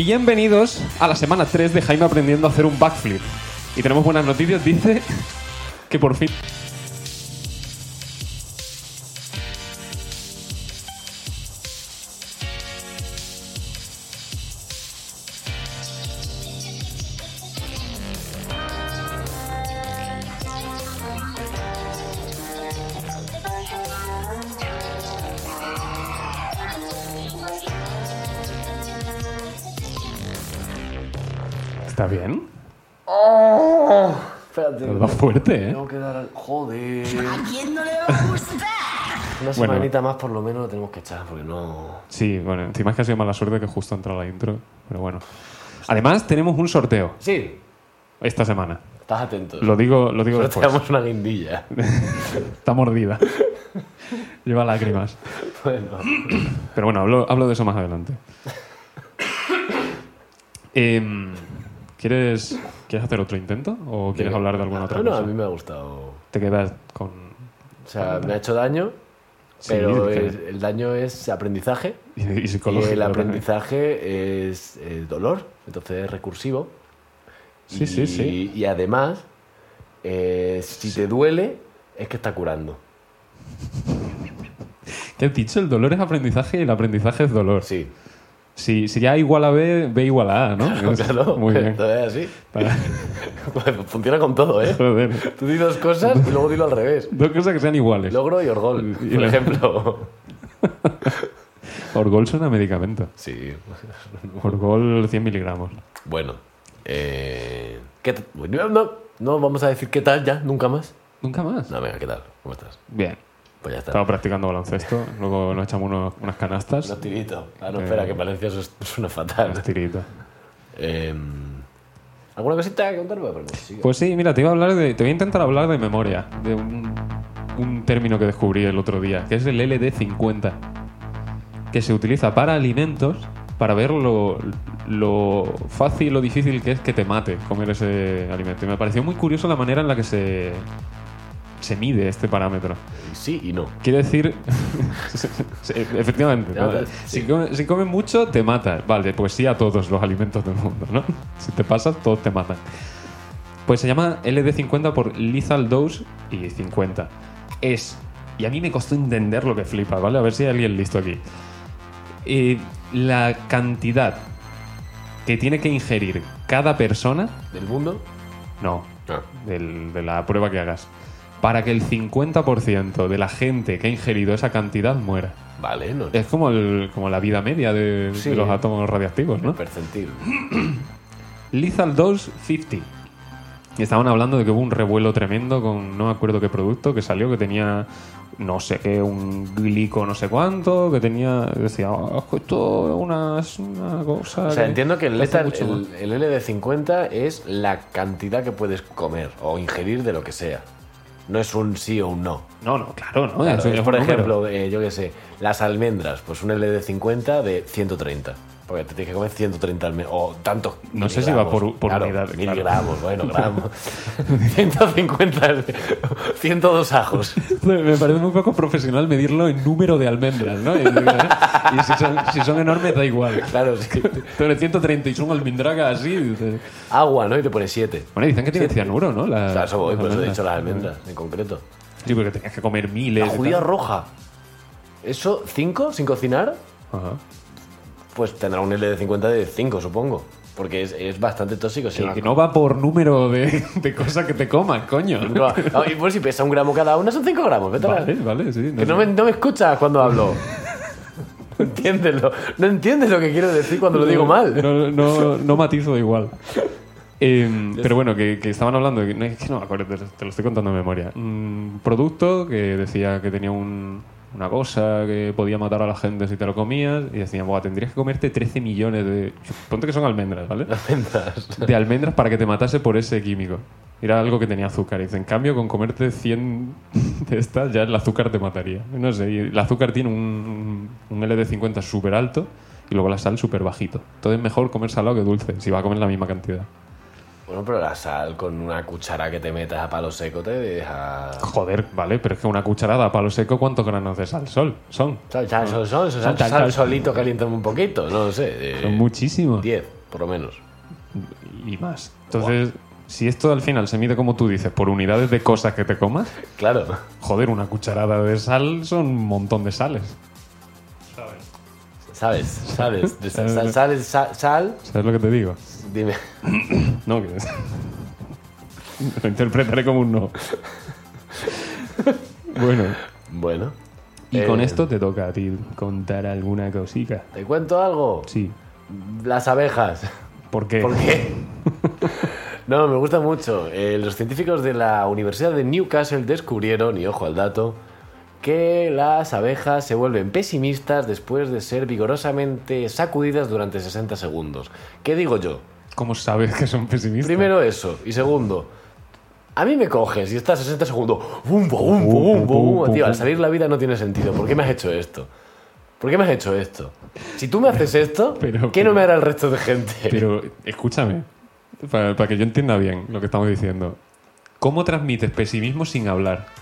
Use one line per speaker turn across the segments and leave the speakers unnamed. Y bienvenidos a la semana 3 de Jaime aprendiendo a hacer un backflip. Y tenemos buenas noticias, dice que por fin... ¿Está bien?
¡Oh! Espérate.
Nos va fuerte, ¿eh?
Tengo que dar al... Joder.
¿A quién no le va a gustar?
Una semanita más por lo menos lo tenemos que echar, porque no...
Sí, bueno, encima es que ha sido mala suerte que justo ha entrado la intro, pero bueno. Además, tenemos un sorteo
Sí,
esta semana.
estás atento.
Lo pues. digo, lo digo
Pero
después.
tenemos una guindilla.
Está mordida. Lleva lágrimas.
bueno.
Pero bueno, hablo, hablo de eso más adelante. Em, ¿quieres, ¿Quieres hacer otro intento? ¿O quieres hablar de alguna otra
No, no,
cosa?
a mí me ha gustado.
Te quedas con.
O sea, me ha hecho daño,
Sí,
pero
que-
es- el daño es aprendizaje.
Y, y
Y
psicológico.
el
también.
aprendizaje es, eh, dolor, entonces es recursivo.
Sí,
y,
sí, sí.
Y además, eh, si te duele, es que está curando.
¿Qué has dicho? El dolor es aprendizaje y el aprendizaje es dolor.
Sí.
Si, si ya A igual a B, B igual a A, ¿no?
Claro,
Muy bien.
esto es así.
Para-
Funciona con todo, ¿eh?
Joder.
Tú di dos cosas y luego dilo al revés.
Dos cosas que sean iguales.
Logro y orgol,
Y
por
la-
ejemplo.
Orgol suena a medicamento.
Sí.
Orgol 100 miligramos.
Bueno. eh, ¿qué t- no, no, no vamos a decir qué tal ya, nunca más.
Nunca más.
No, venga, ¿qué tal? ¿Cómo estás?
Bien.
Pues ya
Estaba
está.
practicando baloncesto, luego nos echamos unos- unas canastas.
Los tiritos. Ah, no,
Eh.
espera, que en Valencia eso es- suena fatal.
Unas tiritas.
Eh, ¿Alguna cosita que contarme? Pues no, sigue.
Pues sí, mira, te iba a hablar de. Te voy a intentar hablar de memoria. De un, un término que descubrí el otro día, que es el LD50. Que se utiliza para alimentos para ver lo, lo fácil o difícil que es que te mate comer ese alimento. Y me pareció muy curioso la manera en la que se. se mide este parámetro.
Sí y no.
Quiere decir. Sí, Efectivamente.
Te
¿no?
matas,
Si,
sí.
comes, si comes mucho, te matas. Vale, pues sí a todos los alimentos del mundo, ¿no? Si te pasas, todos te matan. Pues se llama LD50 por Lethal Dose y 50. Es. Y a mí me costó entender lo que flipa, ¿vale? A ver si hay alguien listo aquí. Eh, la cantidad que tiene que ingerir cada persona.
¿Del mundo? Ah,
No,
No.
del- de la prueba que hagas, para que el 50% de la gente que ha ingerido esa cantidad muera.
Vale, no.
Es como, el- como la vida media de, de
Sí.
los átomos radiactivos, ¿no?
Percentil.
Lethal Dose 50. Y estaban hablando de que hubo un revuelo tremendo con no me acuerdo qué producto que salió que tenía no sé qué, un glico no sé cuánto, que tenía. Decía, "Oh, esto es una, es una cosa.
O sea,
que
entiendo que el,
hace
letal-
mucho mal".
el, el LD50 es la cantidad que puedes comer o ingerir de lo que sea. No es un sí o un no.
No, no, claro, no.
Claro,
eso
es,
Ah, es
por
un número.
ejemplo, eh, yo qué sé, las almendras, pues un LD50 de 130. Porque te tienes que comer 130 al mes, o tantos.
No sé si va por- por
claro,
unidad,
Mil
claro.
gramos, bueno, gramos. 150, al- 102 ajos.
Me parece muy poco profesional medirlo en número de almendras, ¿no? Y, ¿eh? y si, son, si son enormes, da igual.
Claro, sí.
Pero 131 almendragas así. dices.
Agua, ¿no? Y te pones 7.
Bueno, dicen que tiene cianuro, ¿no? La-
O sea, eso voy,
las
por eso he dicho las
almendras.
almendras, en concreto.
Sí, porque tenías que comer miles.
La
y tal.
judía roja. ¿Eso 5 sin cocinar?
Ajá.
Pues tendrá un LD50 de 5, supongo. Porque es, es bastante tóxico. Si
Que, que no va por número de, de cosas que te comas, coño.
No, ah, y bueno, si pesa un gramo cada una, son 5 gramos. vete a la-
Vale, vale, sí.
Que no me, no me escuchas cuando hablo. No entiendes lo- No entiendes lo que quiero decir cuando lo digo mal.
No, no, no matizo de igual. Eh, pero bueno, que, que estaban hablando, de- no, es que no me acuerdo, te, lo- te lo estoy contando de memoria. Un producto que decía que tenía un- una cosa que podía matar a la gente si te lo comías y decían, Buah, tendrías que comerte 13 millones de... Ponte que son almendras, ¿vale? De almendras para que te matase por ese químico. Era algo que tenía azúcar. Y dice, en cambio, con comerte 100 de estas, ya el azúcar te mataría. No sé, y el azúcar tiene un, un LD50 súper alto y luego la sal súper bajito. Entonces, mejor comer salado que dulce, si va a comer la misma cantidad.
Bueno, pero la sal con una cuchara que te metas a palo seco te deja.
Joder, vale, pero es que una cucharada a palo seco, ¿cuántos granos de sal sol son?
Sal, sal, sol, sol, sal,
Sal, sal,
sal,
sal.
solito caliéntame un poquito, no lo sé.
Son muchísimos.
10, por lo menos.
Y más. Entonces, si esto al final se mide como tú dices, por unidades de cosas que te comas,
Claro.
joder, una cucharada de sal son un montón de sales.
Sabes, sabes. de sal, sal, sal, sal, sal,
¿Sabes lo que te digo?
dime.
No, que... Lo interpretaré como un no. bueno,
Bueno.
y
Eh,
con esto te toca a ti contar alguna cosica.
¿Te cuento algo?
Sí.
Las abejas.
¿Por qué?
¿Por qué? No, me gusta mucho. Eh, los científicos de la Universidad de Newcastle descubrieron, y ojo al dato, que las abejas se vuelven pesimistas después de ser vigorosamente sacudidas durante 60 segundos. ¿Qué digo yo?
¿Cómo sabes que son pesimistas?
Primero eso, y segundo, a mí me coges y estás 60 segundos, bumbo, bumbo, bumbo, bumbo, tío, al salir la vida no tiene sentido. ¿Por qué me has hecho esto? ¿Por qué me has hecho esto? Si tú me haces esto,
pero-
¿qué no me hará el resto de gente?
Pero escúchame, para, para que yo entienda bien lo que estamos diciendo. ¿Cómo transmites pesimismo sin hablar?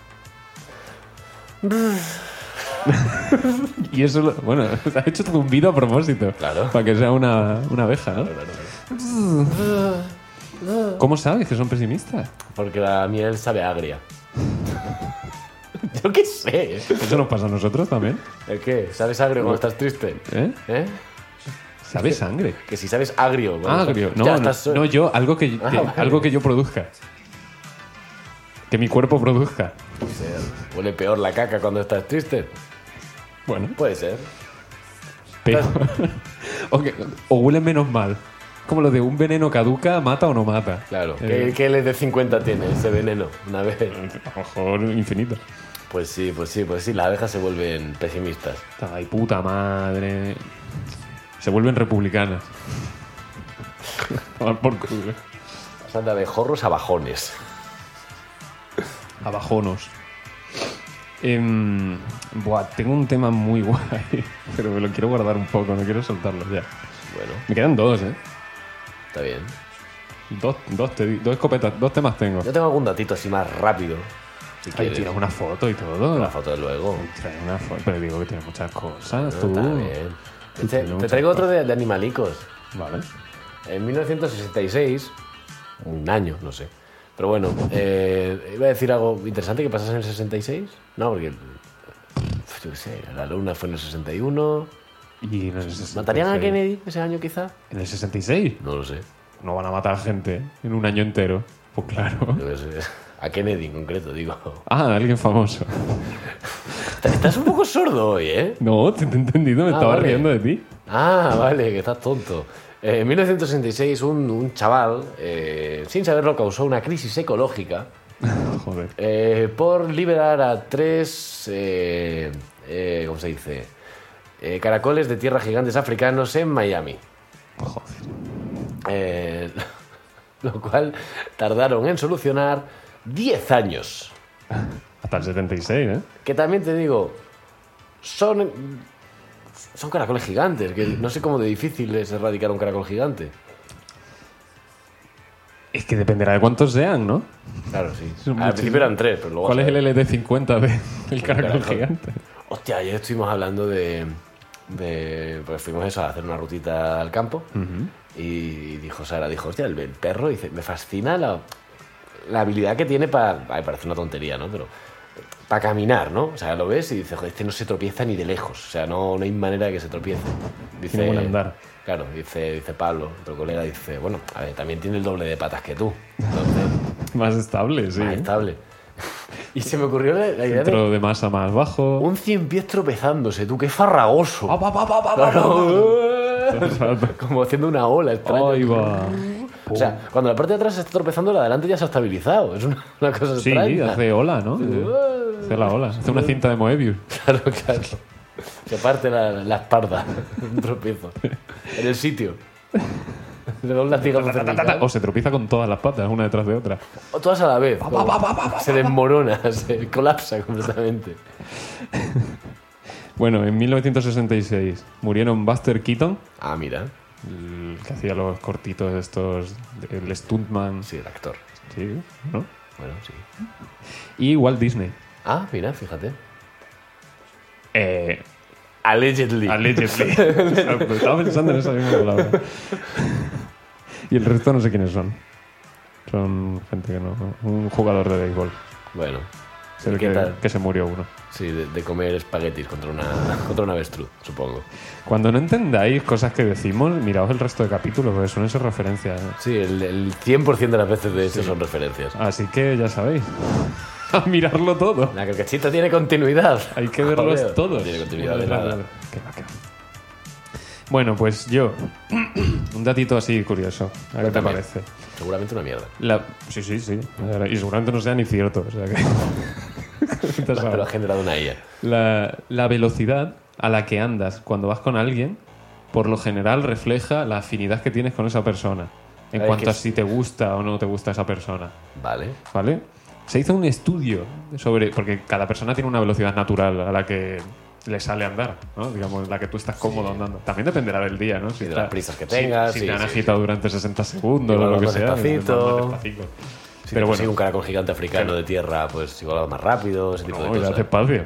y eso, lo- bueno, has hecho zumbido a propósito.
Claro.
Para que sea una, una abeja, ¿no? ¿Cómo sabes que son pesimistas?
Porque la miel sabe agria. Yo qué sé.
Eso nos pasa a nosotros también.
¿El qué? ¿Sabes agrio cuando estás triste?
¿Eh?
¿Eh?
Sabe sangre.
Que si sabes agrio. cuando estás-
Agrio. No,
Ah, Ya
no,
estás- Ah,
no, yo, algo que, que-
vale.
algo que yo produzca. Que mi cuerpo produzca.
Puede ser. Huele peor la caca cuando estás triste.
Bueno.
Puede ser.
Pero- o, que- o huele menos mal. Como lo de un veneno caduca, mata o no mata.
Claro. ¿Qué,
Eh,
qué LD50 tiene ese veneno? Una vez.
a lo mejor infinito.
Pues sí, pues sí, pues sí. Las abejas se vuelven pesimistas.
Ay, puta madre. Se vuelven republicanas. Tomar por culo.
Pasan de abejorros a bajones.
A bajonos. Em, buah, tengo un tema muy guay, pero me lo quiero guardar un poco, no quiero soltarlo ya.
Bueno,
Me quedan dos, ¿eh?
está bien.
Dos, dos, te di- dos escopetas, dos temas tengo.
Yo tengo algún datito así más rápido. Si
Ay,
quieres.
tiras una foto y todo.
La foto de luego.
Trae una foto, pero digo que tiene muchas cosas.
No,
tú.
está bien.
Tú
Este-
tienes
te
muchas
traigo otro
cosas.
de, de animalicos.
Vale.
En 1966, un año, no sé. Pero bueno, eh, iba a decir algo interesante que pasase en el 66. No, porque. pf, Yo qué sé, la luna fue en el 61.
¿Y en el 66?
¿Matarían a Kennedy ese año quizá?
¿En el 66?
No lo sé.
No van a matar gente en un año entero. Pues claro.
Yo qué sé. A Kennedy en concreto, digo.
Ah, alguien famoso.
Estás- Estás un poco sordo hoy, ¿eh?
No, te te he entendido, me
Ah,
estaba
vale.
riendo de ti.
Ah, vale, que estás tonto. Eh, En 1966, un, un chaval, eh, sin saberlo, causó una crisis ecológica
Joder.
Eh, por liberar a tres, eh, eh, ¿cómo se dice? Eh, caracoles de tierra gigantes africanos en Miami.
Joder.
Eh, lo cual tardaron en solucionar 10 años.
Hasta el 76, ¿eh?
Que también te digo, son, son caracoles gigantes, que no sé cómo de difícil es erradicar un caracol gigante.
Es que dependerá de cuántos sean, ¿no?
Claro, sí.
Es un
Al
muchísimo.
principio eran tres, pero luego...
¿Cuál es
se-
el LD50 de- del caracol
caracol.
gigante?
Hostia, ayer estuvimos hablando de. de- pues fuimos eso, a hacer una rutita al campo. Y dijo Sara, dijo, hostia, el, el perro, dice, me fascina la, la habilidad que tiene para. Ay, parece una tontería, ¿no? Pero. Para caminar, ¿no? O sea, lo ves y dices, "Joder, este no se tropieza ni de lejos. O sea, no, no hay manera de que se tropiece. Dice.
Tiene buen andar.
Claro, dice, dice Pablo, otro colega, dice, bueno, a ver, también tiene el doble de patas que tú. Entonces,
Más estable, sí.
más estable. Y se me ocurrió la, la idea de
Centro de masa más bajo.
un cien pies tropezándose, tú, qué farragoso.
Ah, va, va, va, va, va,
Claro.
va.
Como haciendo una ola extraña.
Ahí va.
O sea, cuando la parte de atrás se está tropezando, la de adelante ya se ha estabilizado. Es una, una cosa
Sí,
extraña.
hace ola, ¿no? Hace la ola. Hace una cinta de Moebius.
Claro, claro. Se parte la, la espalda. Un tropiezo. En el sitio. Le da un latigazo
Ta, ta, ta,
cervical.
O se tropieza con todas las patas, una detrás de otra.
O Todas a la vez. Se desmorona, se colapsa completamente.
Bueno, en 1966 murieron Buster Keaton,
Ah, mira.
El que hacía los cortitos estos, el Stuntman.
Sí, el actor.
Sí, ¿no?
Bueno, sí.
Y Walt Disney.
Ah, mira, fíjate.
Eh,
Allegedly.
allegedly. Estaba pensando en esa misma palabra. y el resto no sé quiénes son. Son gente que no. Un jugador de béisbol.
Bueno.
Se ve
¿Y qué
que,
tal?
que se murió uno.
Sí, de, de comer espaguetis contra una, contra una avestruz, supongo.
Cuando no entendáis cosas que decimos, miraos el resto de capítulos, porque son esas referencias.
Sí, el, el 100% de las veces de hecho son referencias.
Así que ya sabéis. A mirarlo todo.
La carcachita tiene continuidad.
Hay que verlos
Joder,
todos.
No tiene continuidad
Uno
de
tras
nada.
otro. Qué va, qué va. Bueno, pues yo. Un datito así curioso. A ver qué te
Cuéntame.
parece.
Seguramente una mierda.
La- Sí, sí, sí. Eh, Y seguramente no sea ni cierto. o sea que- Vete a saber.
Pero ha generado una IA.
La, la velocidad a la que andas cuando vas con alguien, por lo general refleja la afinidad que tienes con esa persona. En
Ay,
cuanto
que-
a si te gusta o no te gusta esa persona.
Vale.
¿Vale? Se hizo un estudio sobre. Porque cada persona tiene una velocidad natural a la que le sale andar, ¿no? Digamos, la que tú estás cómodo andando. También dependerá del día, ¿no? Si
de
está-
las prisas que
si-
tengas,
Si,
sí,
te han
sí,
agitado durante 60 segundos
Igual
o lo que
vas más
sea.
despacito.
vas más despacito.
Si
Pero
te
bueno,
sigue un caracol gigante africano de tierra, pues igual va más rápido, ese tipo
no,
de
ya
cosas.
hace espacio.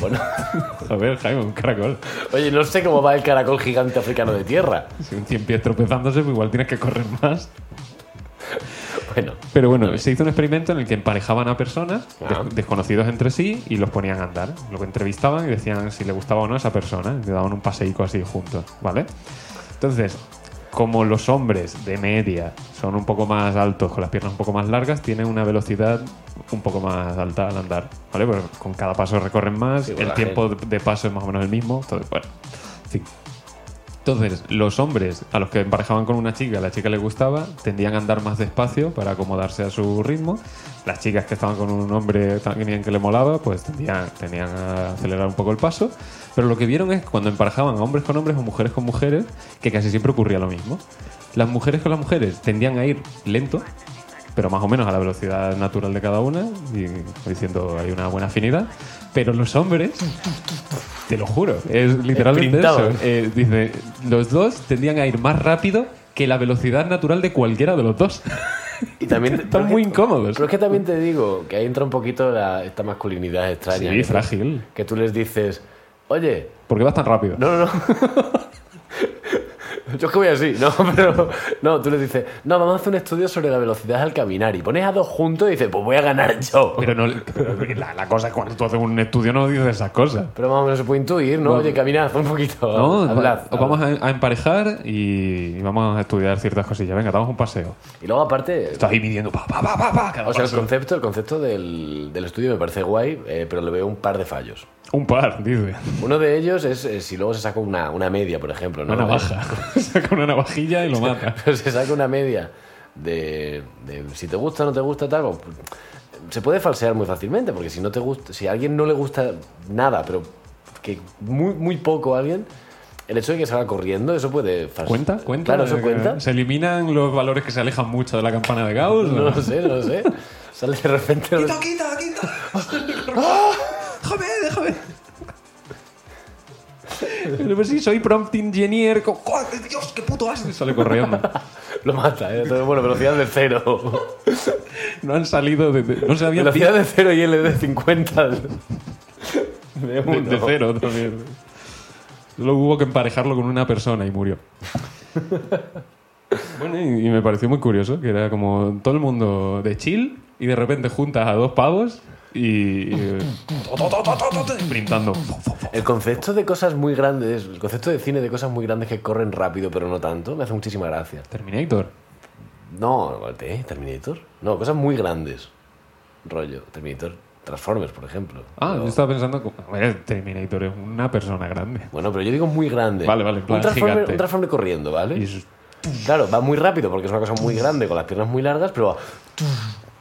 Bueno.
A ver, Jaime, un caracol.
Oye, no sé cómo va el caracol gigante africano de tierra.
Si un 100 pies tropezándose, pues igual tienes que correr más.
Bueno,
Pero bueno, se hizo un experimento en el que emparejaban a personas
Ah.
des- desconocidos entre sí y los ponían a andar. Lo entrevistaban y decían si le gustaba o no a esa persona. Le daban un paseico así juntos, ¿vale? Entonces, como los hombres de media son un poco más altos, con las piernas un poco más largas, tienen una velocidad un poco más alta al andar, ¿vale? Pues con cada paso recorren más,
Sí, bueno,
el
la
tiempo de paso es más o menos el mismo, todo bueno. En fin. Entonces, los hombres a los que emparejaban con una chica, la chica le gustaba, tendían a andar más despacio para acomodarse a su ritmo. Las chicas que estaban con un hombre también que le molaba, pues tendían, tenían a acelerar un poco el paso. Pero lo que vieron es que cuando emparejaban a hombres con hombres o mujeres con mujeres, que casi siempre ocurría lo mismo. Las mujeres con las mujeres tendían a ir lento, pero más o menos a la velocidad natural de cada una, y diciendo hay una buena afinidad. Pero los hombres te lo juro. Es literalmente
Sprintado.
eso. Eh, dice, los dos tendían a ir más rápido que la velocidad natural de cualquiera de los dos.
y también. pero
Están
es
muy
que-
incómodos.
Pero es que también te digo que ahí entra un poquito la- esta masculinidad extraña.
Sí,
que tú-
frágil.
Que tú les dices, oye,
¿Por qué vas tan rápido?
no, no, no. Yo es que voy así, no, pero. No, tú les dices, no, vamos a hacer un estudio sobre la velocidad al caminar. Y pones a dos juntos y dices, pues voy a ganar yo.
Pero, no, pero la, la cosa es cuando tú haces un estudio no dices esas cosas.
Pero más o menos se puede intuir, ¿no?
Bueno.
Oye, caminad un poquito.
No,
hablad,
va- os
hablad.
vamos a, a emparejar y, y vamos a estudiar ciertas cosillas. Venga, damos un paseo.
Y luego, aparte,
Estás ahí midiendo. Pa, pa, pa, pa, pa, cada
o sea, el
paso.
concepto, el concepto del, del estudio me parece guay, eh, pero le veo un par de fallos.
Un par, dice.
Uno de ellos es eh, si luego se saca una, una media, por ejemplo. ¿no?
Una navaja. Saca una navajilla y lo mata.
Pero se saca una media de, de si te gusta o no te gusta, tal. pues, Se puede falsear muy fácilmente, porque si no te gusta, si a alguien no le gusta nada, pero que muy, muy poco a alguien, el hecho de que salga corriendo, eso puede falsear.
¿Cuenta? ¿Cuenta?
Claro, eso cuenta.
¿Se eliminan los valores que se alejan mucho de la campana de Gauss?
No lo sé, no lo sé. Sale de repente.
quita, quita!
déjame, déjame. Pero pues sí, soy prompt engineer. co- ¡Joder, Dios, qué puto asco! Y Sale corriendo.
Lo mata, ¿eh? Entonces, bueno, velocidad de cero.
No han salido de. de- no se habían
velocidad de cero y LD 50. De
visto de
uno.
cero también. Solo hubo que emparejarlo con una persona y murió. Bueno, y, y me pareció muy curioso, que era como todo el mundo de chill y de repente juntas a dos pavos y. y brindando.
El concepto de cosas muy grandes, el concepto de cine de cosas muy grandes que corren rápido pero no tanto, me hace muchísima gracia.
Terminator.
No, ¿eh? Terminator. No, cosas muy grandes. Rollo, Terminator. Transformers, por ejemplo.
Ah,
Pero-
yo estaba pensando. como, a ver, Terminator es una persona grande.
Bueno, pero yo digo muy grande.
Vale, vale, en plan
Un transformer,
gigante.
un Transformer corriendo, ¿vale?
Y es-
Claro, va muy rápido porque es una cosa muy grande, con las piernas muy largas, pero va...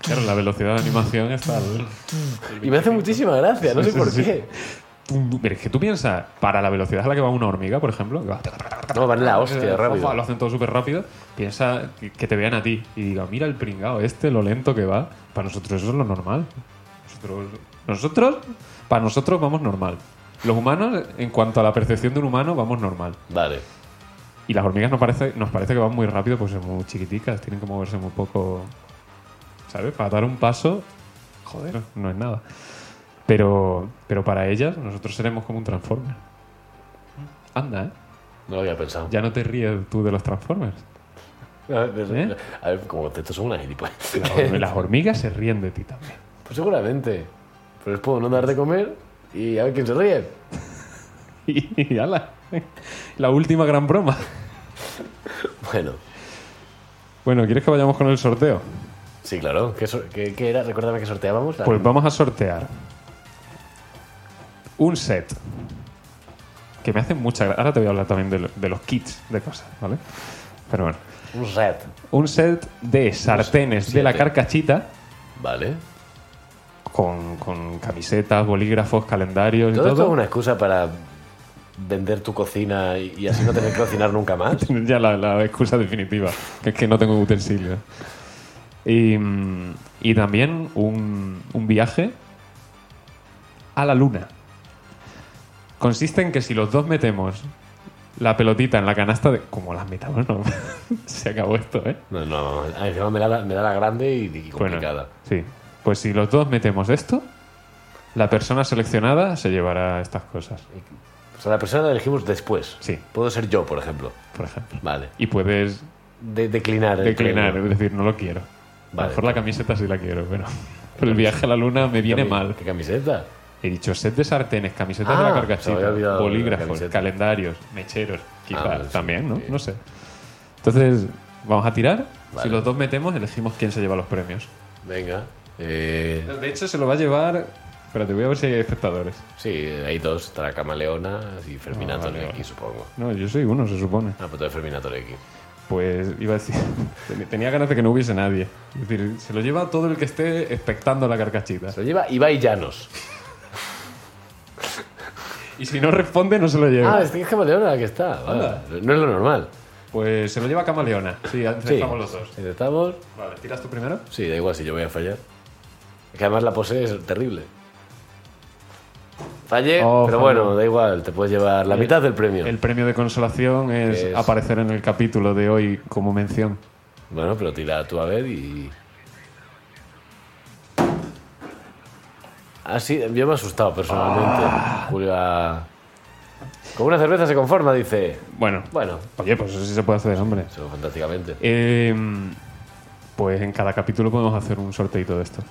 claro, la velocidad de animación está. al-
Y me hace muchísima gracia, no sé por
Sí, sí.
qué.
Tum, Pero es que tú piensas, para la velocidad a la que va una hormiga, por ejemplo, que va-
No, van la hostia,
Ojo,
rápido.
Lo hacen todo súper rápido. Piensa que- que te vean a ti y diga, mira el pringao este, lo lento que va. Para nosotros eso es lo normal. Nosotros, nosotros para nosotros vamos normal. Los humanos, en cuanto a la percepción de un humano, vamos normal.
Vale.
Y las hormigas nos parece, nos parece que van muy rápido, pues son muy chiquiticas, tienen que moverse muy poco. ¿Sabes? Para dar un paso, joder, no es nada. Pero, pero para ellas, nosotros seremos como un Transformer. Anda, ¿eh?
No lo había pensado.
Ya no te ríes tú de los Transformers.
A ver,
¿Eh?
a ver, como te- estos son una gilipollas.
Las horm- Las hormigas se ríen de ti también.
Pues seguramente. Pero es puedo no dar de comer y a ver quién se ríe.
Y, y ala, la última gran broma.
Bueno,
Bueno, ¿quieres que vayamos con el sorteo?
sí, claro. ¿Qué, sor- qué- qué era? Recuérdame que sorteábamos. La-
Pues vamos a sortear un set que me hace mucha gracia. Ahora te voy a hablar también de, lo- de los kits de cosas, ¿vale? Pero bueno.
Un red.
Un set de sartenes de la
siete.
carcachita
Vale.
con, con camisetas, bolígrafos, calendarios y
Todo esto es
todo.
una excusa para vender tu cocina y y así no tener que cocinar nunca más.
Tener ya la, la excusa definitiva, que es que no tengo utensilios. Y, mm, y también un, un viaje a la luna. Consiste en que si los dos metemos la pelotita en la canasta de... Como las metamos, no. Se acabó esto, ¿eh?
No, no, ah, encima me da la, me da la grande y, y
Bueno,
complicada.
sí. Pues si los dos metemos esto, la persona seleccionada se llevará estas cosas.
O sea, la persona la elegimos después.
Sí.
Puedo ser yo, por ejemplo.
por ejemplo.
Vale.
Y puedes
De- declinar. el
declinar, es
premio.
decir, no lo quiero. a lo
Vale.
mejor la camiseta sí la quiero, pero, pero el viaje a la luna me viene
Cami-
mal.
¿Qué camiseta?
He dicho set de sartenes, camisetas de la
Ah, se me había
carcachita,
olvidado la
bolígrafos,
camiseta.
calendarios, mecheros, quizás
Ah, sí,
también, ¿no?
sí.
No sé. Entonces, vamos a tirar. Si
Vale.
los dos metemos, elegimos quién se lleva los premios.
Venga. Eh,
De hecho, se lo va a llevar. Espérate, voy a ver si hay espectadores.
sí, hay dos. Estará Camaleona y Ferminator
Ah, vale,
X,
vale.
supongo.
No, yo soy uno, se supone.
Ah, pues todo es Ferminator X.
Pues iba a decir, ten- tenía ganas de que no hubiese nadie. Es decir, se lo lleva todo el que esté expectando la carcachita.
Se lo lleva Ibai Llanos.
Y si no responde, no se lo lleva.
Ah, este es Camaleona la que está. Vale.
Anda.
No es lo normal.
Pues se lo lleva Camaleona. Sí, acertamos los dos.
Estamos.
Vale, ¿tiras tú primero?
Sí, da igual si yo voy a fallar. Es que además la pose es terrible. Fallé,
Oh, falló.
pero bueno, da igual, te puedes llevar la mitad del premio.
El premio de consolación es,
Es-
aparecer en el capítulo de hoy como mención.
Bueno, pero tira tú a ver y. Ah, sí, yo me he asustado personalmente.
Ah.
Julio ha- Con una cerveza se conforma, dice.
Bueno,
Bueno,
oye, pues eso sí se puede hacer, hombre.
eso fantásticamente.
Eh, pues en cada capítulo podemos hacer un sorteito de esto.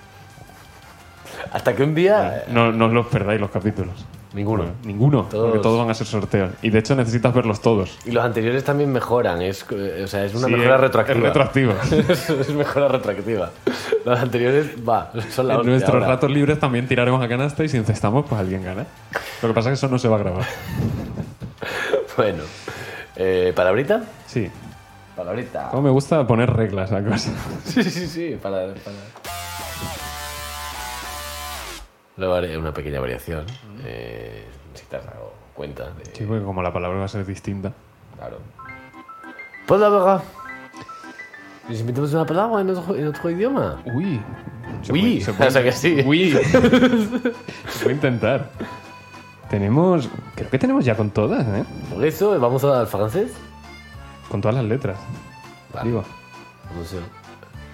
Hasta que un día.
No, no os los perdáis los capítulos.
Eh. Ninguno.
Ninguno,
Todos.
porque todos van a ser sorteos. Y de hecho necesitas verlos todos.
eh, Y los anteriores también mejoran, es, eh, o sea, es una
Sí,
mejora
es-
retroactiva.
Es retroactiva.
es mejora retroactiva. Los anteriores, va, son la
en
hostia
nuestros
ahora.
ratos libres también tiraremos a canasta y si encestamos, pues alguien gana. Lo que pasa es que eso no se va a grabar.
Bueno, eh, ¿palabrita?
Sí.
Palabrita.
Como me gusta poner reglas a cosas.
Sí, sí, sí, para. para... Luego haré una pequeña variación. eh, si te has dado cuenta. De...
Sí, porque como la palabra va a ser distinta.
Claro. Palabra. Nos inventamos una palabra en otro, en otro idioma.
Uy.
Uy, o sea que sí.
Uy. se puede intentar. Tenemos. Creo que tenemos ya con todas, ¿eh?
Por eso, vamos al francés.
Con todas las letras.
Vale.
Digo.
No sé.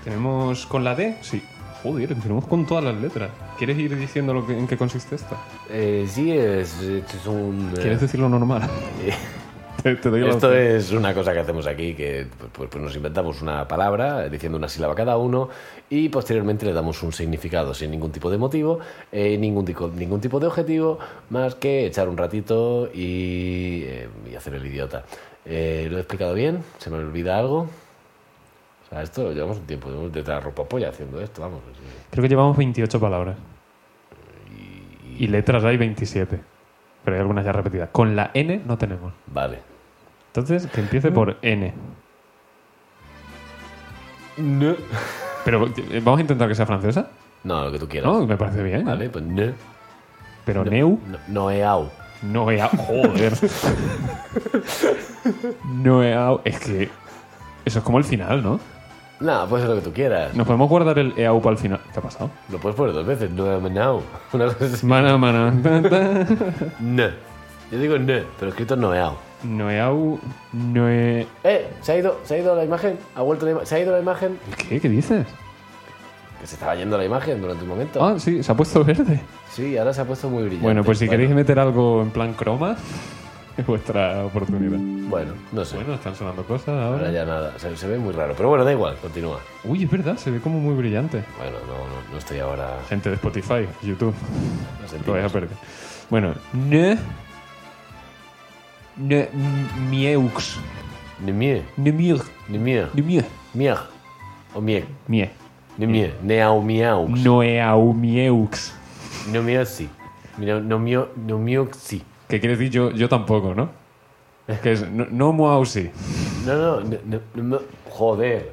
¿Tenemos con la D? Sí. Joder, tenemos con todas las letras. ¿Quieres ir diciendo lo que- en qué consiste esto?
Eh, sí, es, es un. eh,
¿Quieres decirlo normal? te, te doy la
Esto
opción.
es una cosa que hacemos aquí, que pues, pues nos inventamos una palabra, eh, diciendo una sílaba cada uno, y posteriormente le damos un significado sin ningún tipo de motivo, eh, ningún, tico- ningún tipo de objetivo, más que echar un ratito y, eh, y hacer el idiota. Eh, ¿Lo he explicado bien? ¿Se me olvida algo? O sea, esto llevamos un tiempo llevamos desde la ropa polla haciendo esto, vamos.
Creo que llevamos 28 palabras.
Eh,
Y letras hay 27. Pero hay algunas ya repetidas. Con la N no tenemos.
Vale.
Entonces, que empiece por N.
No.
Pero eh, vamos a intentar que sea francesa.
No, lo que tú quieras.
No, me parece bien.
Vale, pues no.
Pero Neu
No, no he au.
no he au- Joder. no he au- Es que. Eso es como el final, ¿no?
No, puede ser lo que tú quieras.
Nos podemos guardar el EAU para el final. ¿Qué ha pasado?
Lo puedes poner dos veces, no he au. Una cosa así.
Mana, mana.
No. Yo digo ne, pero escrito noeau.
Noeau. Noe.
Eh, se ha ido, se ha ido la imagen, ha vuelto la ima- se ha ido la imagen,
¿Qué? ¿Qué dices?
que se estaba yendo la imagen durante un momento.
Ah, sí, se ha puesto verde.
Sí, ahora se ha puesto muy brillante.
Bueno, pues si queréis meter algo en plan croma, es vuestra oportunidad.
Bueno, no sé.
Bueno, están sonando cosas
Ahora
ahora.
ya nada, se, se ve muy raro. Pero bueno, da igual, continúa.
Uy, es verdad, se ve como muy brillante.
Bueno, no, no, no estoy ahora.
Gente de Spotify, YouTube,
lo
lo vais a
sentimos.
perder. Bueno, ne. Ne. Mieux.
Ni mie,
Ne mieux.
ni mie,
Ne mieux.
mier, o mie,
Mie.
ni mie, neau miau,
Noeau mieux.
no mioxi, no no mio, no mioxi.
¿Qué quieres decir? Yo, yo tampoco, ¿no? Es que es. No, no moau sí.
No, no, no, no, no, no, joder.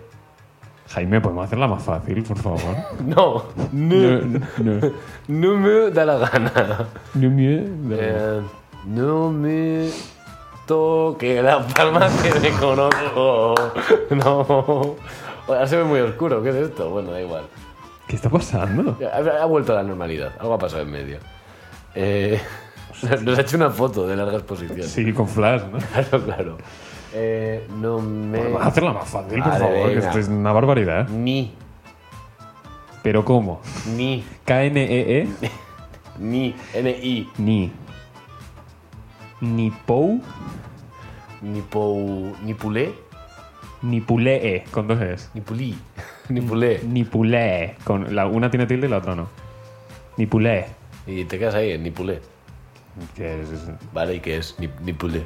Jaime, podemos hacerla más fácil, por favor.
No,
No,
no,
no.
no me da la gana.
No mieux.
Eh, no me toque la palma que reconozco. No. Ahora se ve muy oscuro, ¿qué es esto? Bueno, da igual.
¿Qué está pasando?
Ha, ha vuelto a la normalidad, algo ha pasado en medio. Eh, nos ha hecho una foto de largas posiciones.
Sí, con flash, ¿no?
Claro, claro. Eh, no me.
Vamos a hacerla más fácil, por
Vale,
favor, que
venga.
esto es una barbaridad.
Ni,
¿Pero cómo?
ni,
K-N-E-E.
ni, ni,
E, Ni. Ni pou,
ni pou, ni pulé,
ni pulee, con dos es.
ni pulí, ni pulé.
Ni pulee, con la una tiene tilde y la otra no. Ni pulee.
Y te quedas ahí en ni pulé.
Que es, es-
Vale, ¿y qué es? Ni, ni pulé.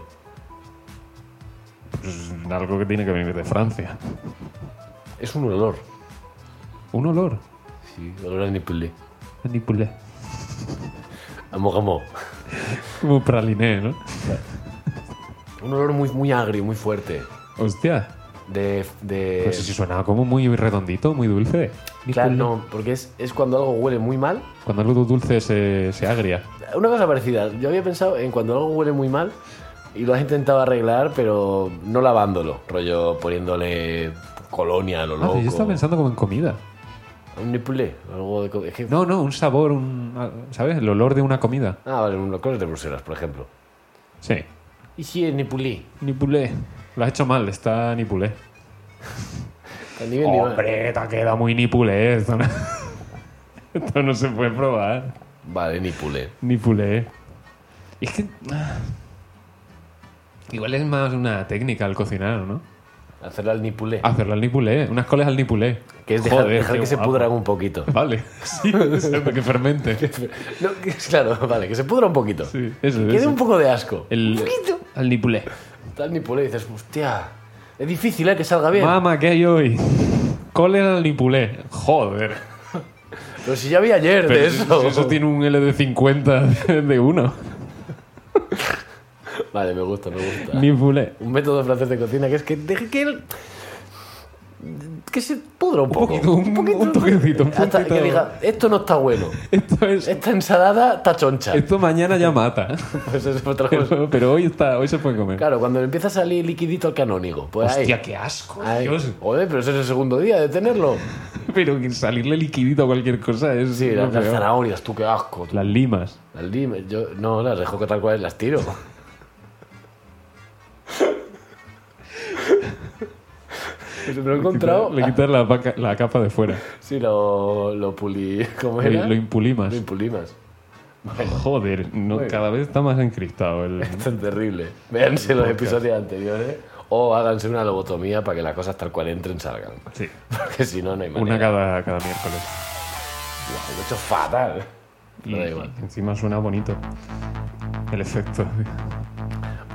es algo que tiene que venir de Francia.
Es un olor.
Un olor.
Sí, olor a ni pulé.
Ni pulee.
Amo, amo.
Como praliné, ¿no?
Un olor muy, muy agrio, muy fuerte.
Hostia.
De. de...
Pues sí suena como muy redondito, muy dulce. Ni
claro,
pulee.
no, porque es, es cuando algo huele muy mal.
Cuando algo dulce se, se agria.
Una cosa parecida, yo había pensado en cuando algo huele muy mal y lo has intentado arreglar, pero no lavándolo, rollo poniéndole colonia a lo
Ah,
loco.
pero yo estaba pensando como en comida.
Un nipulé, algo de co- es que-
No, no, un sabor, un, ¿sabes? El olor de una comida.
Ah, vale, un cosas de Bruselas, por ejemplo.
Sí.
Y si es nipulé.
Nipulé. Lo has hecho mal, está nipulé.
A nivel de-
Hombre, te ha quedado muy nipulé esto. No, esto no se puede probar.
Vale, nipulé.
Nipulé. Y es que... ah, Igual es más una técnica al cocinar, ¿no?
Hacerla al nipulé.
Hacerla al nipulé, unas coles al nipulé.
que es dejar,
Joder,
dejar
qué
que se
guapo.
pudran un poquito.
Vale, sí, exacto, que fermente.
No, que- claro, vale, que se pudra un poquito.
Sí, eso,
Quede
eso.
un poco de asco.
El, al nipulé.
Tal nipulé, dices, hostia, es difícil ¿eh? que salga bien.
Mamá, ¿qué hay hoy? Coles al nipulé. Joder.
Pero si ya vi ayer de
Pero si-
eso.
si eso tiene un LD50 de uno.
Vale, me gusta, me gusta.
Nipulé.
Un método francés de cocina que es que deje que él. que se pudra un
Un
poco.
poquito, un, un toquecito, un
Hasta que
puntito.
diga, esto no está bueno.
Esto es.
Esta ensalada está choncha.
Esto mañana ya mata.
Pues eso es otra cosa.
Pero, pero hoy está, hoy se puede comer.
Claro, cuando le empieza a salir liquidito al canónigo. Pues
Hostia,
ahí.
qué asco.
ahí.
Dios.
Joder, pero ese es el segundo día de tenerlo.
Pero que salirle liquidito a cualquier cosa es.
Sí,
lo
las, las
peor.
zanahorias, tú qué asco. tú.
Las limas.
Las limes, yo no, las dejo que tal cual las tiro. Pues me lo he encontrado.
Le quitas la, vaca- la capa de fuera. Eh,
Sí, lo, lo pulí. ¿Cómo
Lo,
era?
lo impulimas.
Lo impulimas.
Joder, no,
bien.
cada vez está más encriptado. El...
Esto es terrible. Véanse los episodios anteriores o háganse una lobotomía para que las cosas tal cual entren salgan.
Sí,
Porque si no, no hay manera.
una cada, cada miércoles.
Guau, lo he hecho fatal.
Y
Pero
Mm.
da igual.
encima suena bonito. El efecto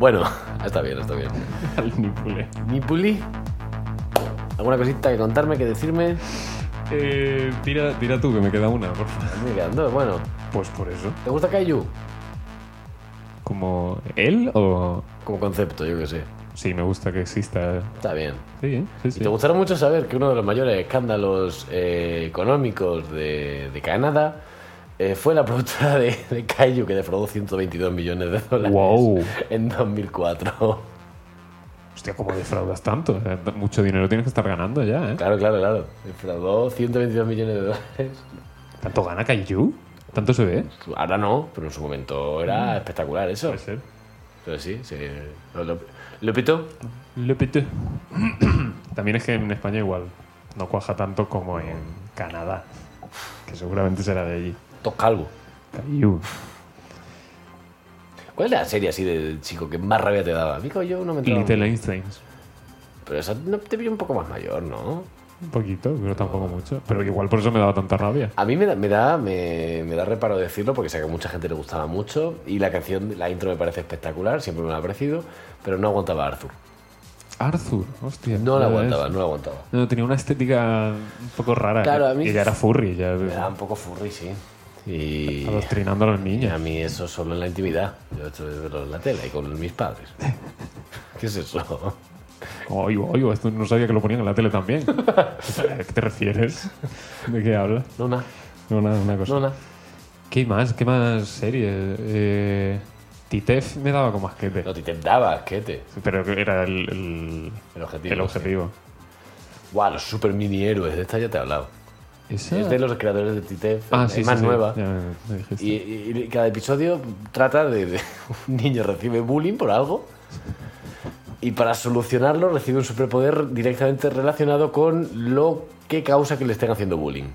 Bueno, está bien, está bien.
al nipulé.
Mi pulí. ¿Alguna cosita que contarme, que decirme?
Eh, tira, tira tú, que me queda una, por favor.
Me quedando, bueno.
Pues por eso.
¿Te gusta Kaiju?
¿Como él o...?
Como concepto, yo que sé.
Sí, me gusta que exista.
Está bien.
Sí, ¿eh? sí,
Y
sí.
te gustará mucho saber que uno de los mayores escándalos eh, económicos de, de Canadá eh, fue la productora de, de Kaiju que defraudó 122 millones de dólares
Wow.
en 2004.
Hostia, ¿cómo defraudas tanto? O sea, t- mucho dinero tienes que estar ganando ya, ¿eh?
Claro, claro, claro. Defraudó 122 millones de dólares.
¿Tanto gana Kaiju? ¿Tanto se ve?
Ahora no, pero en su momento era espectacular eso.
Puede ser.
Pero sí, sí. Lo, lo- Lupito,
Le Petit. También es que en España igual no cuaja tanto como en Canadá, que seguramente será de allí.
Top Calvo.
Cayú.
¿Cuál es la serie así de chico que más rabia te daba? Mico, yo no me entraba.
Little Einsteins.
Pero esa no, te vi un poco más mayor, ¿no?
Un poquito, pero tampoco mucho. Pero igual por eso me daba tanta rabia.
A mí me da, me da, me, me da reparo decirlo porque sé que a mucha gente le gustaba mucho y la canción, la intro me parece espectacular, siempre me la ha parecido, pero no aguantaba a Arthur.
Arthur, hostia.
No la
ya ves.
aguantaba, no la aguantaba.
No, tenía una estética un poco rara.
Claro, a mí-
Y ya era furry, ya.
Me da un poco furry, sí. Y
Adoctrinando a los
y a
niños.
mí eso solo en la intimidad. Yo estoy verlo en la tela y con mis padres. ¿Qué es eso?
Como, oigo, oigo, esto no sabía que lo ponían en la tele también. ¿A qué te refieres? ¿De qué hablas?
No, nada,
No, nada, una cosa.
no, nada.
¿Qué más? ¿Qué más serie? Eh, Titef me daba como asquete.
No te intentaba, quete.
Pero era el, el,
El objetivo.
el objetivo.
Guau, los super mini héroes, de esta ya te he hablado.
¿Esa?
Es de los creadores de Titef,
Ah,
es
sí, sí,
más
sí.
nueva.
Ya me dijiste.
Y, y- y cada episodio trata de, de- un niño recibe bullying por algo y para solucionarlo recibe un superpoder directamente relacionado con lo que causa que le estén haciendo bullying.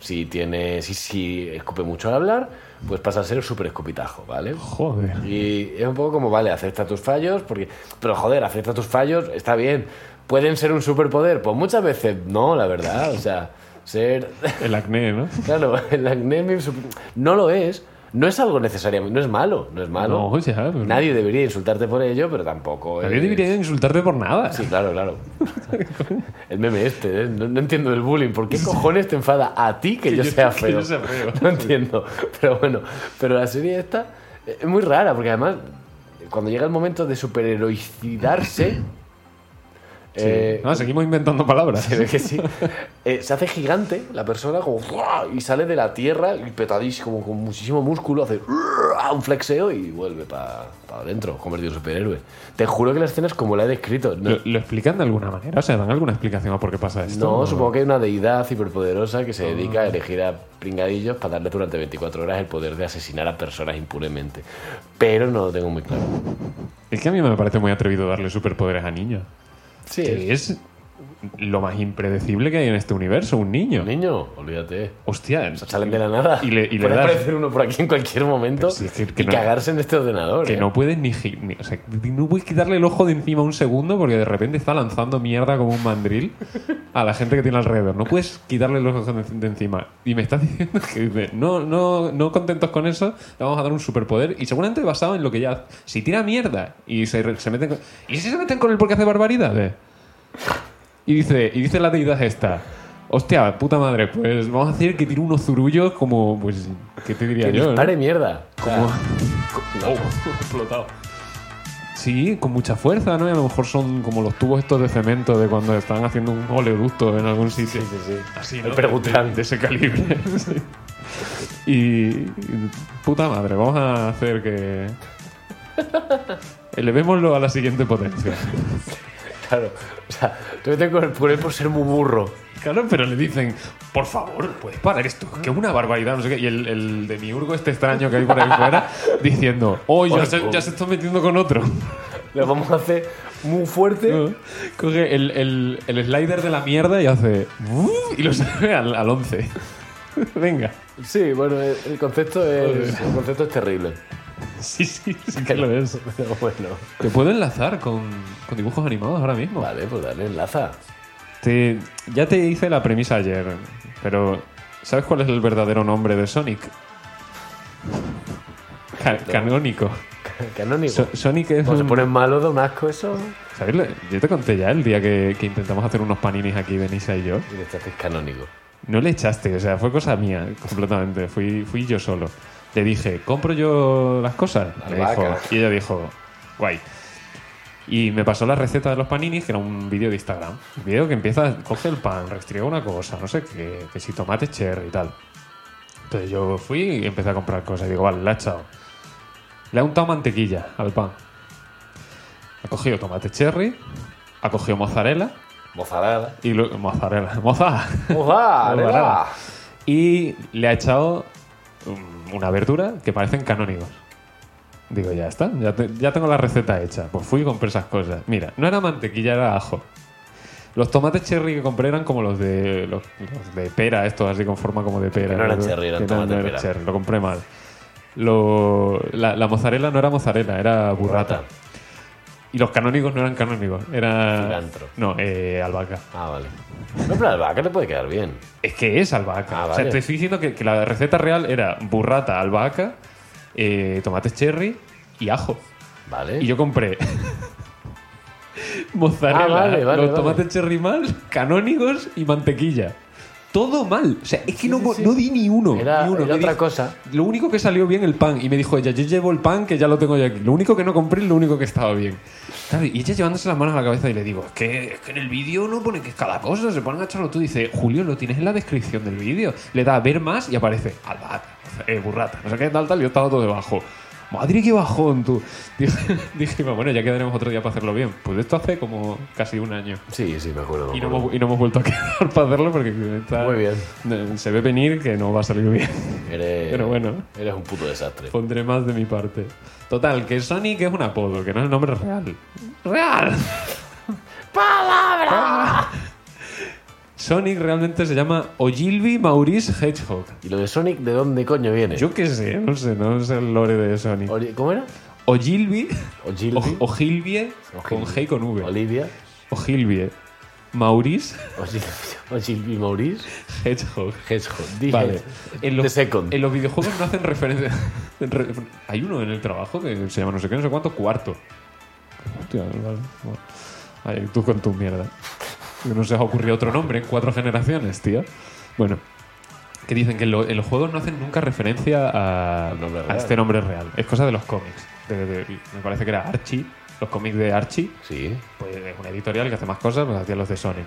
Si tiene, si, si escupe mucho al hablar, pues pasa a ser super escupitajo, ¿vale?
Joder.
Y es un poco como, vale, acepta tus fallos, porque. Pero joder, acepta tus fallos, está bien. ¿Pueden ser un superpoder? Pues muchas veces no, la verdad. O sea, ser
El acné, ¿no?
Claro, el acné me sup- no lo es. No es algo necesariamente, no es malo, Ah, no es malo.
No, ya, pero-
Nadie debería insultarte por ello, pero tampoco.
Nadie
es-
debería insultarte por nada.
Sí, claro, claro. el meme este, ¿eh? no, no entiendo el bullying. ¿Por qué cojones te enfada a ti que, yo,
yo-
sea
que
feo?
yo sea feo.
No entiendo. Pero bueno, pero la serie esta es muy rara, porque además, cuando llega el momento de superheroicidarse.
Sí.
eh,
No, seguimos inventando palabras.
se ve que sí. Eh, se hace gigante la persona, como ¡fua! y sale de la tierra y petadísimo, como con muchísimo músculo, hace ¡ruah! un flexeo y vuelve para adentro, convertido en superhéroe. Te juro que la escena es como la he descrito. No,
¿Lo, lo explican de alguna manera? O sea, ¿dan alguna explicación a por qué pasa esto?
no, supongo que hay una deidad hiperpoderosa que se dedica a elegir a pringadillos para darles durante 24 horas el poder de asesinar a personas impunemente. Pero no lo tengo muy claro.
Es que a mí me parece muy atrevido darle superpoderes a niños.
Sí,
Que es lo más impredecible que hay en este universo, un niño.
Niño, olvídate.
Hostia,
Salen de la nada.
Y le- y le
Puede
das.
aparecer uno por aquí en cualquier momento
Pero sí, es que- que
y
no-
cagarse en este ordenador.
que
¿eh?
no puedes ni, gi- ni- o sea, no puedes quitarle el ojo de encima un segundo porque de repente está lanzando mierda como un mandril a la gente que tiene alrededor. No puedes quitarle los ojos de, de encima. Y me estás diciendo que dice, no, no, no contentos con eso, le vamos a dar un superpoder. Y seguramente basado en lo que ya. Si tira mierda y se, re- se meten con- ¿Y si se meten con él porque hace barbaridades? Y dice, y dice la deidad esta. Hostia, puta madre, pues vamos a hacer que tire unos zurullos como, pues, ¿qué te diría
Que
yo? no?
dispare mierda. Ah,
Como-
No.
explotado. Sí, con mucha fuerza, ¿no? Y a lo mejor son como los tubos estos de cemento de cuando están haciendo un oleoducto en algún sitio. Así, ¿no?
El percutrán.
De, de ese calibre. sí. y, y Puta madre, vamos a hacer que... Elevémoslo a la siguiente potencia.
Claro. O sea, te meten con el puré por ser muy burro.
Claro, pero le dicen, por favor, puedes parar esto, que es una barbaridad, no sé qué. Y el, el demiurgo este extraño que hay por ahí fuera diciendo, oh, ya, se, ya se está metiendo con otro.
Lo vamos a hacer muy fuerte.
No. Coge el, el- el slider de la mierda y hace. "Buf", Y lo sale al, al 11. Venga.
Sí, bueno, el el concepto es, el concepto es terrible.
Sí, sí, sí que lo es.
Pero bueno.
Te puedo enlazar con, con dibujos animados ahora mismo.
Vale, pues dale, enlaza.
Te- ya te hice la premisa ayer, pero ¿sabes cuál es el verdadero nombre de Sonic? Ca- canónico.
Canónico.
So- Sonic es.
Cuando se
un-
ponen malos da un asco eso.
¿Sabes? Le- Yo te conté ya el día que, que intentamos hacer unos paninis aquí, Benisa y yo.
Y le haces canónico.
No le echaste, o sea, fue cosa mía completamente. Fui, fui yo solo. Le dije, ¿compro yo las cosas?
La
Me
vaca.
dijo, y ella dijo, guay. Y me pasó la receta de los paninis, que era un vídeo de Instagram. Un vídeo que empieza, coge el pan, restriega una cosa, no sé qué, que si tomate cherry y tal. Entonces yo fui y empecé a comprar cosas. Y digo, vale, la he echado. Le ha untado mantequilla al pan. Ha cogido tomate cherry, ha cogido mozzarella
Mozarada.
y luego... Mozzarella, moza.
Mozarada.
Y le ha echado um, una verdura que parecen canónigos. Digo, ya está, ya, te- ya tengo la receta hecha. Pues fui y compré esas cosas. Mira, no era mantequilla, era ajo. Los tomates cherry que compré eran como los de los, los de pera, estos así con forma como de pera.
Que no eran cherry, eran
Que no,
tomates
no era
pera.
cherry, lo compré mal. Lo- la, la mozzarella no era mozzarella, era burrata. Y los canónigos no eran canónigos, era...
Cilantro.
No, eh, albahaca.
Ah, vale. No, pero la albahaca le puede quedar bien.
Es que es albahaca.
Ah,
O sea,
vale.
te estoy diciendo que, que la receta real era burrata, albahaca, eh, tomates cherry y ajo.
Vale.
Y yo compré mozzarella,
Ah, vale, vale,
los
vale.
tomates cherry mal, canónigos y mantequilla. Todo mal. O sea, es que no,
sí, sí.
no di ni uno.
Era-
ni uno. Me
era otra
dijo-
cosa.
Lo único que salió bien el pan. Y me dijo ella, yo llevo el pan que ya lo tengo yo aquí. Lo único que no compré es lo único que estaba bien. Claro, y ella llevándose las manos a la cabeza y le digo, es que, es que en el vídeo no pone que es cada cosa, se ponen a echarlo tú. Dice, Julio, lo tienes en la descripción del vídeo. Le da a ver más y aparece, albahaca, eh, burrata, no sé qué tal, tal, y yo estaba todo debajo. Madre, qué bajón tú. Dije, dije, "Pues bueno, ya quedaremos otro día para hacerlo bien. Pues esto hace como casi un año.
Sí, sí, me acuerdo. me
Y no,
acuerdo.
hemos, y no hemos vuelto a quedar para hacerlo porque está-
Muy bien.
eh, se ve venir que no va a salir bien.
Eres,
Pero bueno.
Eres un puto desastre.
Pondré más de mi parte. Total, que Sonic es un apodo, que no es el nombre real. ¡Real! ¡Palabra! Sonic realmente se llama Ogilvy Maurice Hedgehog.
¿Y lo de Sonic de dónde coño viene?
Yo qué sé, no sé, no sé el lore de Sonic.
Ori- ¿Cómo era?
Ogilvy.
Ogilvy.
O- Ogilvie. Con G y con V.
Olivia.
Ogilvie. Maurice
Ogilvy, Ogilvy Maurice.
Hedgehog.
Hedgehog. Dije.
Vale. En los,
The Second.
en los videojuegos no hacen referencia. en re- hay uno en el trabajo que se llama no sé qué, no sé cuánto, cuarto. Hostia, vale, bueno. Ay, tú con tu mierda. Que No se os ha ocurrido otro nombre en cuatro generaciones, tío. Bueno, que dicen que en, lo- en los juegos no hacen nunca referencia a,
Al nombre
a
real.
este nombre real. Es cosa de los cómics. De- de- de- me parece que era Archie, los cómics de Archie
Sí.
pues es una editorial que hace más cosas, pues hacía los de Sonic.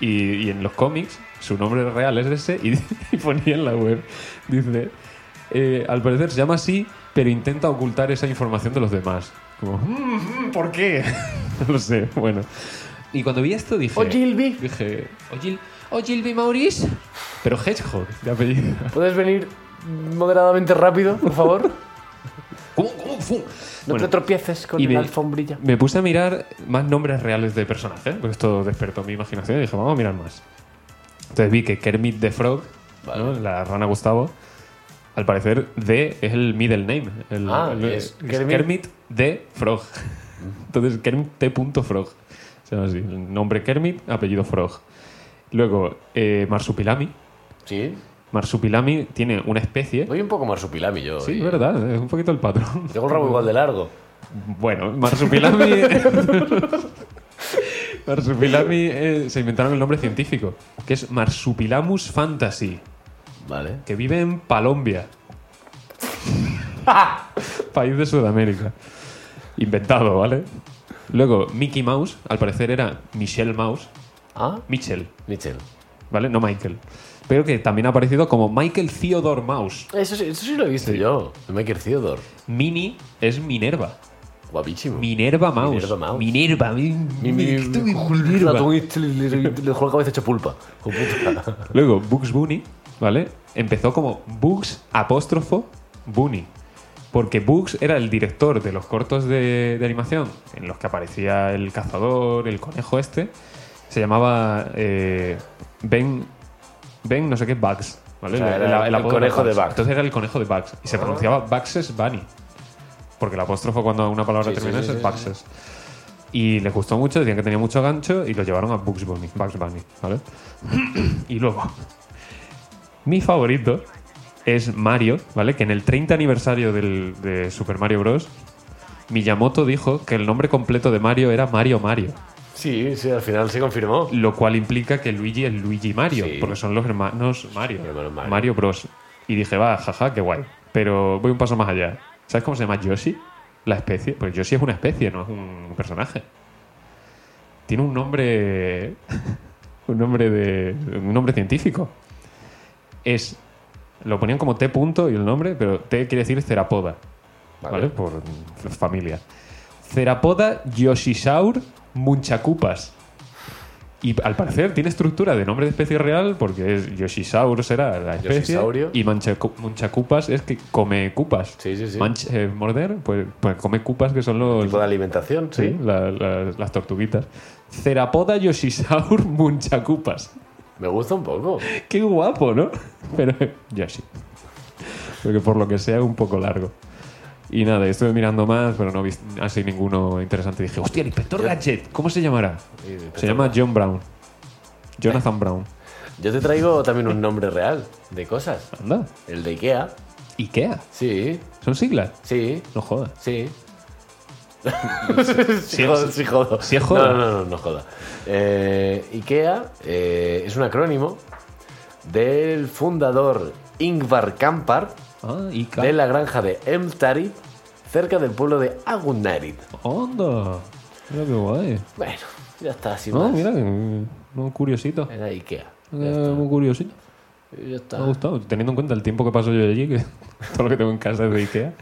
Y, y en los cómics, su nombre real es ese, y, y ponía en la web, dice, eh, al parecer se llama así, pero intenta ocultar esa información de los demás. Como, "Mm, mm, ¿por qué? no lo sé, bueno. Y cuando vi esto dije...
Ogilvy.
Dije, Ogil, Ogilvy Maurice, pero Hedgehog, de apellido.
¿Puedes venir moderadamente rápido, por favor? No
¿Cómo, cómo, fu? Bueno,
te tropieces con
y me-
la alfombrilla.
Me puse a mirar más nombres reales de personajes, porque esto despertó mi imaginación y dije, vamos a mirar más. Entonces vi que Kermit the Frog,
Vale.
¿no? la rana Gustavo, al parecer D es el middle name. El,
Ah,
el-
es
Kermit.
Kermit.
the Frog. Entonces Kermit T. Frog. Se llama así. El nombre Kermit, apellido Frog. Luego, eh, Marsupilami.
Sí.
Marsupilami tiene una especie.
Voy un poco marsupilami yo.
Sí,
y-
es verdad, es un poquito el patrón.
Tengo el rabo igual de largo.
Bueno, Marsupilami. Marsupilami eh, se inventaron el nombre científico, que es Marsupilamus fantasy,
Vale.
que vive en Palombia. País de Sudamérica. Inventado, ¿vale? Luego, Mickey Mouse, al parecer era Michelle Mouse.
Ah,
Michelle,
Mitchell.
¿vale? No Michael. Pero que también ha aparecido como Michael Theodore Mouse.
Eso sí, eso sí lo he visto yo. De Michael Theodore.
Mini es Minerva.
Guapísimo.
Minerva Mouse.
Minerva Mouse.
Minerva. mi-
Mi- mi-
mi-
mi-
Minerva.
la tengo y le le- le dejó la cabeza hecha pulpa. Hijo puta.
Luego, Bugs Bunny, ¿vale? Empezó como Bugs apóstrofo Bunny. Porque Bugs era el director de los cortos de, de animación en los que aparecía el cazador, el conejo este. Se llamaba eh, Ben. Ben, no sé qué, Bugs. ¿vale?
O sea, era el
apodo
conejo de Bugs. Ah.
Entonces era el conejo de Bugs. Y se pronunciaba Bugs Bunny. Porque el apóstrofo cuando una palabra
Sí, sí,
termina
sí,
es
sí,
Bugs. Y les gustó mucho, decían que tenía mucho gancho y lo llevaron a Bugs Bunny, Bugs Bunny, ¿vale? y luego, mi favorito es Mario, ¿vale? Que en el 30 aniversario del, de Super Mario Bros., Miyamoto dijo que el nombre completo de Mario era Mario Mario,
Sí, sí, al final se confirmó.
lo cual implica que Luigi es Luigi Mario,
Sí.
porque son los hermanos Mario,
Hermanos Mario.
Bros. Y dije, va, jaja, qué guay. Pero voy un paso más allá. ¿Sabes cómo se llama Yoshi? La especie. Pues Yoshi es una especie, no es un personaje. Tiene un nombre. un nombre de. un nombre científico. Es. Lo ponían como T punto y el nombre, pero T quiere decir cerapoda.
Vale.
¿Vale? Por f- familia. Cerapoda Yoshisaur munchacupas. Y al parecer tiene estructura de nombre de especie real porque es Yoshisaurus era la especie.
Yoshisaurio.
Y manchacu- manchacupas es que come cupas.
Sí, sí, sí.
Manch- eh, morder, pues, pues come cupas que son los.
Tipo de alimentación,
Sí,
sí.
la- la- las tortuguitas. Cerapoda Yoshisaur Munchacupas.
Me gusta un poco.
Qué guapo, ¿no? Pero ya sí. Porque por lo que sea, un poco largo. Y nada, estuve mirando más, pero no vi así ninguno interesante. Dije, hostia, el inspector Gadget, ¿cómo se llamará?
Sí, el inspector
Se llama John Brown. Jonathan Brown.
Yo te traigo también un nombre real de cosas.
Anda.
El de Ikea.
IKEA.
Sí,
Son siglas.
sí,
No jodas.
sí. sí, jodo, sí, jodo.
sí es joda.
No, no, no, no joda. Eh, Ikea eh, es un acrónimo del fundador Ingvar Kampar
Ah, IKEA.
de la granja de Emtari, cerca del pueblo de Agunarid.
Onda. Mira qué guay.
Bueno, ya está, sin
No,
más.
mira, eh, un curiosito.
Era Ikea. Ya
Eh, muy curiosito.
está, ya está.
Me ha gustado, teniendo en cuenta el tiempo que paso yo allí, que todo lo que tengo en casa es de Ikea.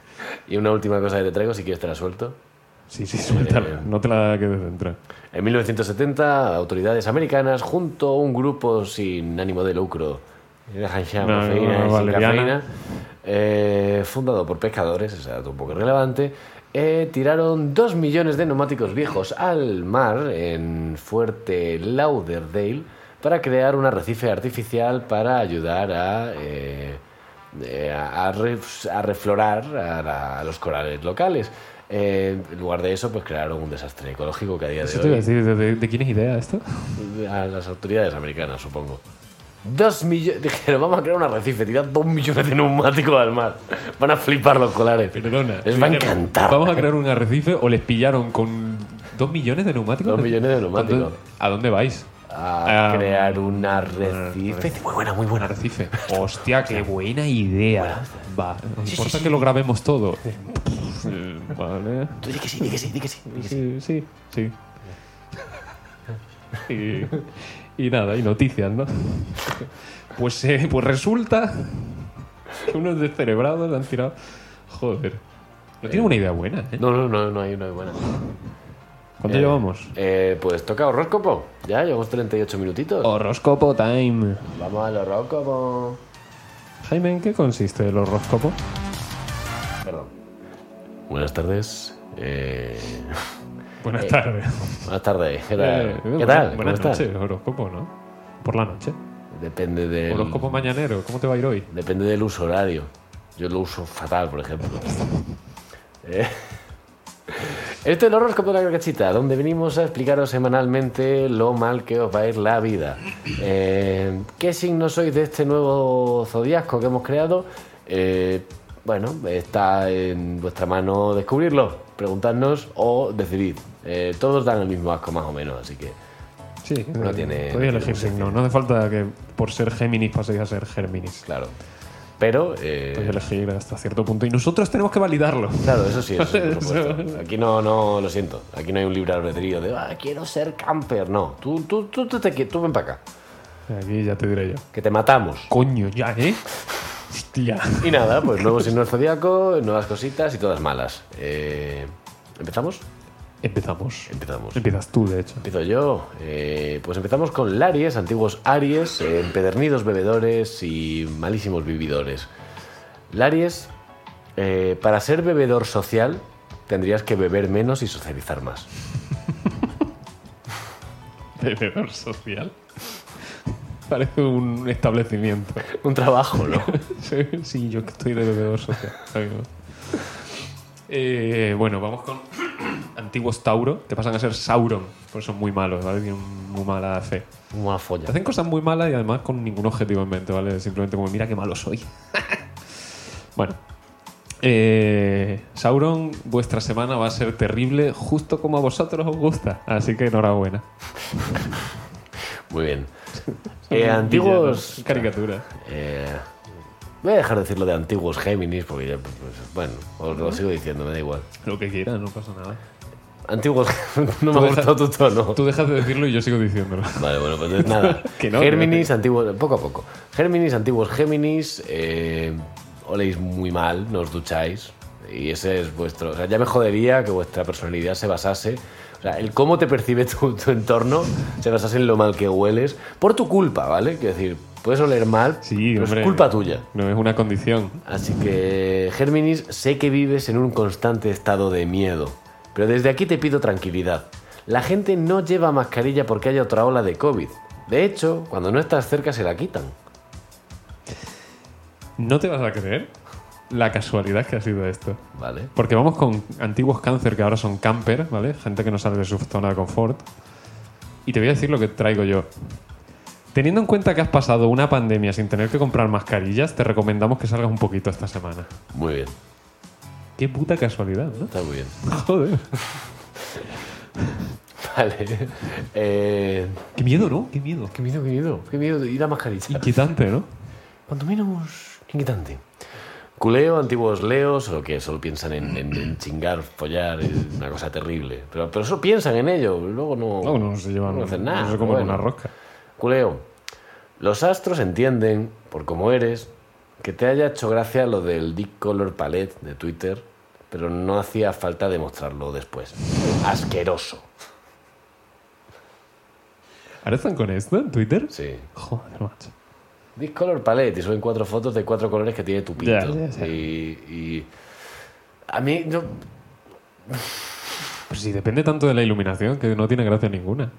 Y una última cosa que te traigo, si quieres te la suelto.
Sí, sí, suéltala, no te la quedes dentro.
En 1970, autoridades americanas, junto a un grupo sin ánimo de lucro, dejan ya
No,
cafeína,
no,
sin
valeriana.
cafeína, eh, fundado por pescadores, ese dato un poco irrelevante, eh, tiraron dos millones de neumáticos viejos al mar en Fuerte Lauderdale para crear un arrecife artificial para ayudar a, eh, eh, a, ref- a reflorar a, la- a los corales locales. Eh, en lugar de eso, pues crearon un desastre ecológico que a día de
Eso
hoy...
te iba a decir, ¿de, de- de quién es idea esto?
A las autoridades americanas, supongo. Dos millones. Dijeron, vamos a crear un arrecife, tirad dos millones de neumáticos al mar. Van a flipar los colares.
Perdona.
Les va a encantar.
Vamos a crear un arrecife o les pillaron con dos millones de neumáticos.
Dos millones de neumáticos.
¿Dónde- ¿A dónde vais?
A
Ah,
crear un arrecife. Muy buena, muy buena.
Arrecife. Hostia, qué buena idea. Va, no importa que lo grabemos todo. Eh, vale.
Tú di que sí, di que sí, di que sí. di que sí.
Sí, sí, sí. Y, y nada, y noticias, ¿no? Pues, eh, pues resulta que unos descerebrados han tirado. Joder. No tiene una idea buena, ¿eh?
No, no, no, no hay, no hay buena.
¿Cuánto
Eh,
llevamos?
eh, pues toca horóscopo. Ya, llevamos 38 minutitos.
Horóscopo time.
Vamos al horóscopo.
Jaime, ¿en qué consiste el horóscopo?
Perdón. Buenas tardes. Eh,
Buenas tardes.
Buenas tardes. ¿Qué
Eh,
tal?
bu-
¿Qué tal? ¿Cómo
Buenas
estás?
noches, horóscopo, ¿no? Por la noche.
Depende del.
Horóscopo mañanero, ¿cómo te va a ir hoy?
Depende del uso horario. Yo lo uso fatal, por ejemplo. Eh, Esto es el horóscopo de la cachita, donde venimos a explicaros semanalmente lo mal que os va a ir la vida. Eh, ¿Qué signo sois de este nuevo zodiasco que hemos creado? Eh, bueno, está en vuestra mano descubrirlo, preguntarnos o decidir. Eh, todos dan el mismo asco, más o menos, así que.
Sí,
No
eh,
tiene-
Podéis
no tiene
elegir signo. No hace falta que por ser Géminis paséis a ser Géminis.
Claro. Pero. eh,
Podéis Pues elegir hasta cierto punto. Y nosotros tenemos que validarlo.
Claro, eso sí, eso sí, por
Eso.
supuesto. Aquí no, no, lo siento. Aquí no hay un libre albedrío de, ah, quiero ser camper. No, tú, tú, tú, tú, te- tú ven para acá,
Aquí ya te diré yo.
que te matamos.
Coño, ya, ¿eh? Hostia.
Y nada, pues nuevo signo del zodiaco, nuevas cositas y todas malas. Eh, ¿Empezamos?
Empezamos.
Empezamos.
Empiezas tú, de hecho.
Empiezo yo. Eh, pues empezamos con Laries, antiguos Aries, eh, empedernidos bebedores y malísimos vividores. Laries, eh, para ser bebedor social, tendrías que beber menos y socializar más.
Bebedor social. Parece un establecimiento.
Un trabajo, ¿no?
Sí, sí, yo que estoy de bebedor social. amigo. Eh, bueno, vamos con antiguos Tauro, que pasan a ser Sauron, porque son muy malos, ¿vale? Tienen muy mala fe.
Una folla.
Te hacen cosas muy malas y además con ningún objetivo en mente, ¿vale? Simplemente como, mira qué malo soy. bueno. Eh, Sauron, vuestra semana va a ser terrible, justo como a vosotros os gusta. Así que enhorabuena.
Muy bien. Eh, antiguos.
Villanos, Caricatura.
Eh, voy a dejar de decir lo de antiguos Géminis porque ya. pues, bueno, os lo sigo diciendo, me da igual.
Lo que quieran, no pasa nada.
Antiguos. no me
Tú
ha
deja-
gustado tu tono.
Tú dejas de decirlo y yo sigo diciéndolo.
Vale, bueno, pues entonces nada.
Que no,
Géminis, antiguos. Poco a poco. Géminis, antiguos Géminis. eh, oléis muy mal, no os ducháis. Y ese es vuestro. O sea, ya me jodería que vuestra personalidad se basase. O sea, el cómo te percibe tu, tu entorno se basase en lo mal que hueles. Por tu culpa, ¿vale? Quiero decir, puedes oler mal,
Sí,
pero
hombre.
es culpa tuya.
No es una condición.
Así que, Géminis, sé que vives en un constante estado de miedo, pero desde aquí te pido tranquilidad. La gente no lleva mascarilla porque haya otra ola de COVID. De hecho, cuando no estás cerca se la quitan.
¿No te vas a creer la casualidad que ha sido esto?
¿Vale?
Porque vamos con antiguos cáncer que ahora son camper, ¿vale? Gente que no sale de su zona de confort. Y te voy a decir lo que traigo yo. Teniendo en cuenta que has pasado una pandemia sin tener que comprar mascarillas, te recomendamos que salgas un poquito esta semana.
Muy bien,
Qué puta casualidad, ¿no?
está muy bien.
Joder.
Vale. Eh,
Qué miedo, ¿no? Qué miedo.
qué miedo, qué miedo, qué miedo de ir a mascarilla.
Inquietante, ¿no?
Cuanto menos inquietante. Culeo, antiguos leos, o que solo piensan en, en- en chingar, follar, es una cosa terrible. Pero, pero solo piensan en ello, luego no...
No, Oh. no se llevan
no hacen nada.
No se comen
bueno.
una rosca.
Culeo, los astros entienden, por cómo eres, que te haya hecho gracia lo del Dick Color Palette de Twitter, pero no hacía falta demostrarlo después. Asqueroso.
¿Ahora están con esto en Twitter?
Sí.
Joder, macho.
Dick Color Palette, y suben cuatro fotos de cuatro colores que tiene tu pito.
Ya, ya, ya.
Y, y- A mí, yo.
Pero si depende tanto de la iluminación que no tiene gracia ninguna.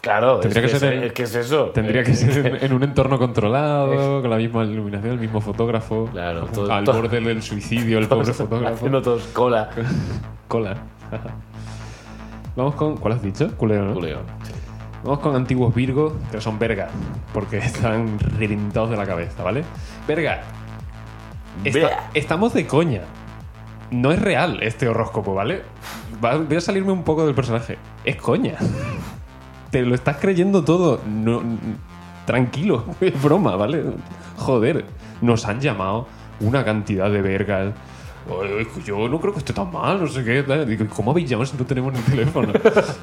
Claro,
Tendría
es,
que
que
ser
es,
en-
es que es eso.
Tendría
Eh,
que ser en, en un entorno controlado, con la misma iluminación, el mismo fotógrafo.
Claro, todo-
al
todo-
borde del suicidio, el pobre fotógrafo.
Haciendo todos cola.
Cola. Vamos con. ¿Cuál has dicho? Culeo, ¿no?
Culeo.
Vamos con antiguos Virgos, que son verga, porque están relintados de la cabeza, ¿vale? Verga. esta-
Verga.
estamos de coña. No es real este horóscopo, ¿vale? Va- voy a salirme un poco del personaje. Es coña. Te lo estás creyendo todo. No- n- tranquilo, es broma, ¿vale? Joder, nos han llamado una cantidad de vergas. Ay, Yo no creo que esté tan mal, no sé qué. tal. Digo, ¿cómo habéis llamado si no tenemos ni teléfono?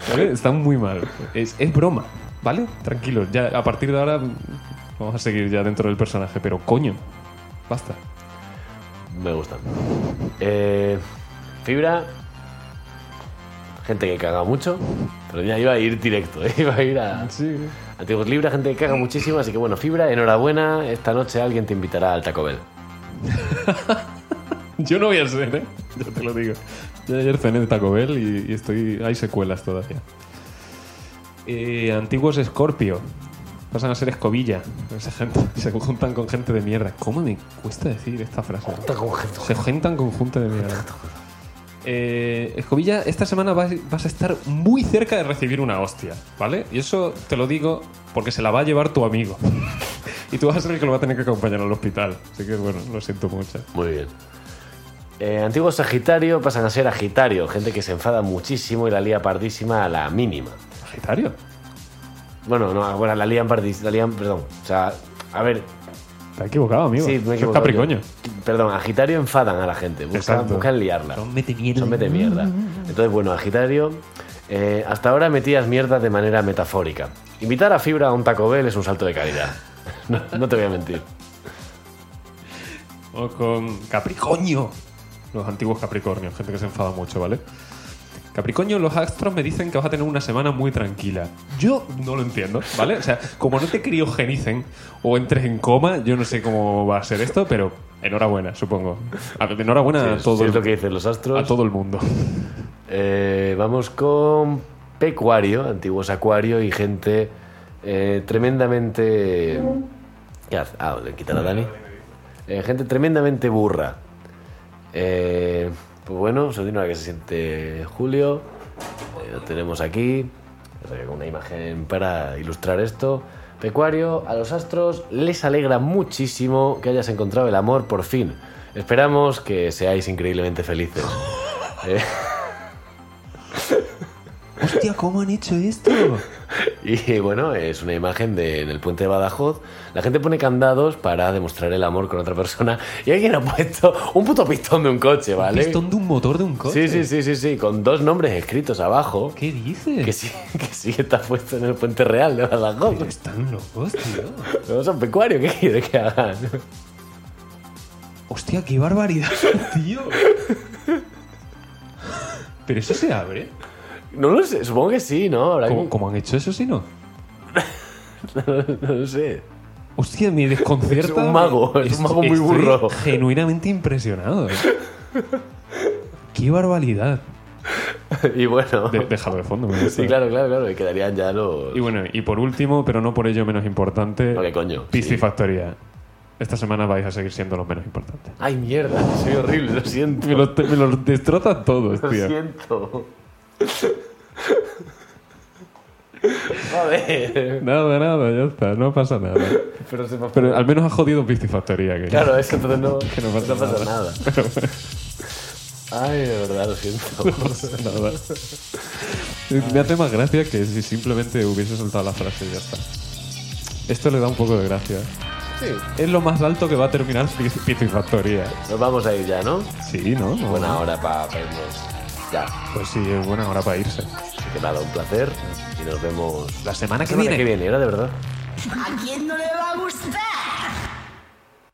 ¿Vale? Está muy mal. Es, es broma, ¿vale? Tranquilo, ya a partir de ahora vamos a seguir ya dentro del personaje, pero coño, basta.
Me gustan. Eh, fibra. Gente que caga mucho. Pero ya iba a ir directo, ¿eh? iba a ir a
Sí.
Antiguos Libra, gente que caga muchísimo. Así que bueno, Fibra, enhorabuena. Esta noche alguien te invitará al Taco Bell.
Yo no voy a ser, ¿eh? Yo te lo digo. Yo ayer cené de Taco Bell y, y estoy. Hay secuelas todavía. Eh, antiguos Escorpio. Pasan a ser escobilla. Esa gente se juntan con gente de mierda. ¿Cómo me cuesta decir esta frase? Se juntan con gente de mierda. Eh, escobilla, esta semana vas, vas a estar muy cerca de recibir una hostia, ¿vale? Y eso te lo digo porque se la va a llevar tu amigo. y tú vas a ser el que lo va a tener que acompañar al hospital. Así que bueno, lo siento mucho.
Muy bien. Eh, antiguos Sagitario pasan a ser Agitario. Gente que se enfada muchísimo y la lía pardísima a la mínima.
Sagitario.
Bueno, no, bueno, la lían pardísima. La lían, perdón. O sea, a ver,
Te has equivocado, amigo.
Sí, me he
Eso es
equivocado
Capricornio.
yo. Perdón, agitario enfadan a la gente. Buscan,
Exacto.
buscan liarla.
Son mete mierda.
Son mete mierda. Entonces, bueno, agitario. eh, hasta ahora metías mierda de manera metafórica. Invitar a Fibra a un Taco Bell es un salto de calidad. No, no te voy a mentir.
Vamos con Capricornio. Los antiguos Capricornios, gente que se enfada mucho, ¿vale? Capricornio, los astros me dicen que vas a tener una semana muy tranquila. Yo no lo entiendo, ¿vale? O sea, como no te criogenicen o entres en coma, yo no sé cómo va a ser esto, pero enhorabuena, supongo. A- Enhorabuena a, todo
es lo
el,
que dicen los astros.
a todo el mundo.
Eh, vamos con Pecuario, antiguos Acuario y gente eh, tremendamente. ¿Qué hace? Ah, le quitan a Dani. Eh, gente tremendamente burra. Eh, pues bueno, Sodino que se siente Julio. Eh, lo tenemos aquí. Con una imagen para ilustrar esto. Pecuario, a los astros les alegra muchísimo que hayas encontrado el amor por fin. Esperamos que seáis increíblemente felices. Eh,
Hostia, ¿cómo han hecho esto?
Y bueno, es una imagen de en el puente de Badajoz. La gente pone candados para demostrar el amor con otra persona. Y alguien ha puesto un puto pistón de un coche, ¿vale?
Pistón de un motor de un coche.
Sí, sí, sí, sí, sí. Con dos nombres escritos abajo.
¿Qué dices?
Que sí, que sí está puesto en el puente real de
Pero
Badajoz.
están locos, tío.
Pero son pecuarios, ¿qué quiere que hagan?
Hostia, qué barbaridad, tío. Pero eso se abre.
No lo sé, supongo que sí, ¿no? Habrá
¿Cómo,
como-
cómo han hecho eso si no?
No lo sé.
Hostia, me desconcierta.
Es un mago, es un mago muy
Estoy
burro.
Genuinamente impresionado. eh. Qué barbaridad.
Y bueno.
De- déjalo de fondo. me gusta.
Sí, claro, claro, claro. Y quedarían ya los.
Y bueno, y por último, pero no por ello menos importante,
No, qué coño. sí.
Piscifactoría. Esta semana vais a seguir siendo los menos importantes.
Ay, mierda, soy horrible, lo siento.
Me los, me los destrozan todos,
Lo
tío.
siento. A ver.
Nada, nada, ya está, no pasa nada.
Pero se me
Pero al menos ha jodido Piscifactoría. Que...
Claro, es que entonces no,
Que no pasa
nada. Ay, de verdad, lo siento.
Nada. Me hace más gracia que si simplemente hubiese soltado la frase y ya está. Esto le da un poco de gracia.
Sí.
Es lo más alto que va a terminar Piz- Piscifactoría.
Nos vamos a ir ya, ¿no?
Sí, ¿no? No.
Buena hora para irnos. Ya.
Pues sí, es buena hora para irse.
Así que nada, un placer. Y nos vemos
La semana que
semana
viene.
que viene, era de verdad.
¿A quién no le va a gustar?